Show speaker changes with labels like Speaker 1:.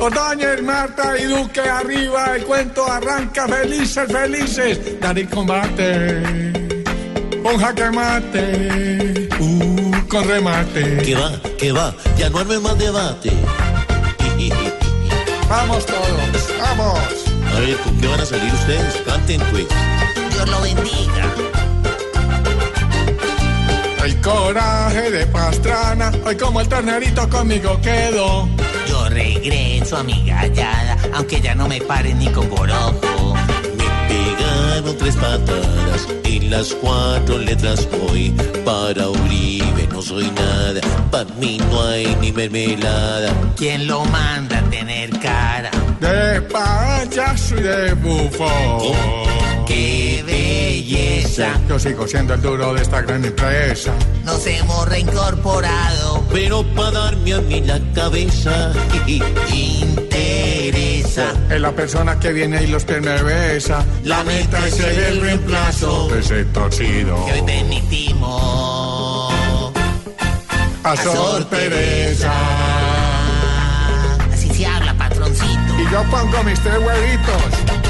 Speaker 1: Ordóñez, Marta y Duque arriba, el cuento arranca, felices, felices. Dari combate, con jaque mate, uh, con remate.
Speaker 2: Que va, que va, ya no arme más debate.
Speaker 1: Vamos todos, vamos.
Speaker 2: A ver, ¿con qué van a salir ustedes? Canten, pues.
Speaker 3: Dios lo bendiga.
Speaker 1: El coraje de Pastrana, hoy como el ternerito conmigo quedó.
Speaker 3: Yo regreso a mi gallada, aunque ya no me paren ni con gorojo.
Speaker 2: Me pegaron tres patadas y las cuatro letras voy. Para Uribe no soy nada, para mí no hay ni mermelada.
Speaker 3: ¿Quién lo manda a tener cara?
Speaker 1: De payaso y de bufón.
Speaker 3: ¡Qué belleza!
Speaker 1: Yo sigo siendo el duro de esta gran empresa.
Speaker 3: Nos hemos reincorporado.
Speaker 2: Pero para darme a mí la cabeza,
Speaker 3: Interesa.
Speaker 1: Es la persona que viene y los pies me besa.
Speaker 3: La meta es el reemplazo.
Speaker 1: Ese torcido.
Speaker 3: Que hoy permitimos.
Speaker 1: A
Speaker 3: a
Speaker 1: Sor
Speaker 3: Sor
Speaker 1: Teresa.
Speaker 3: Así se habla, patroncito.
Speaker 1: Y yo pongo mis tres huevitos.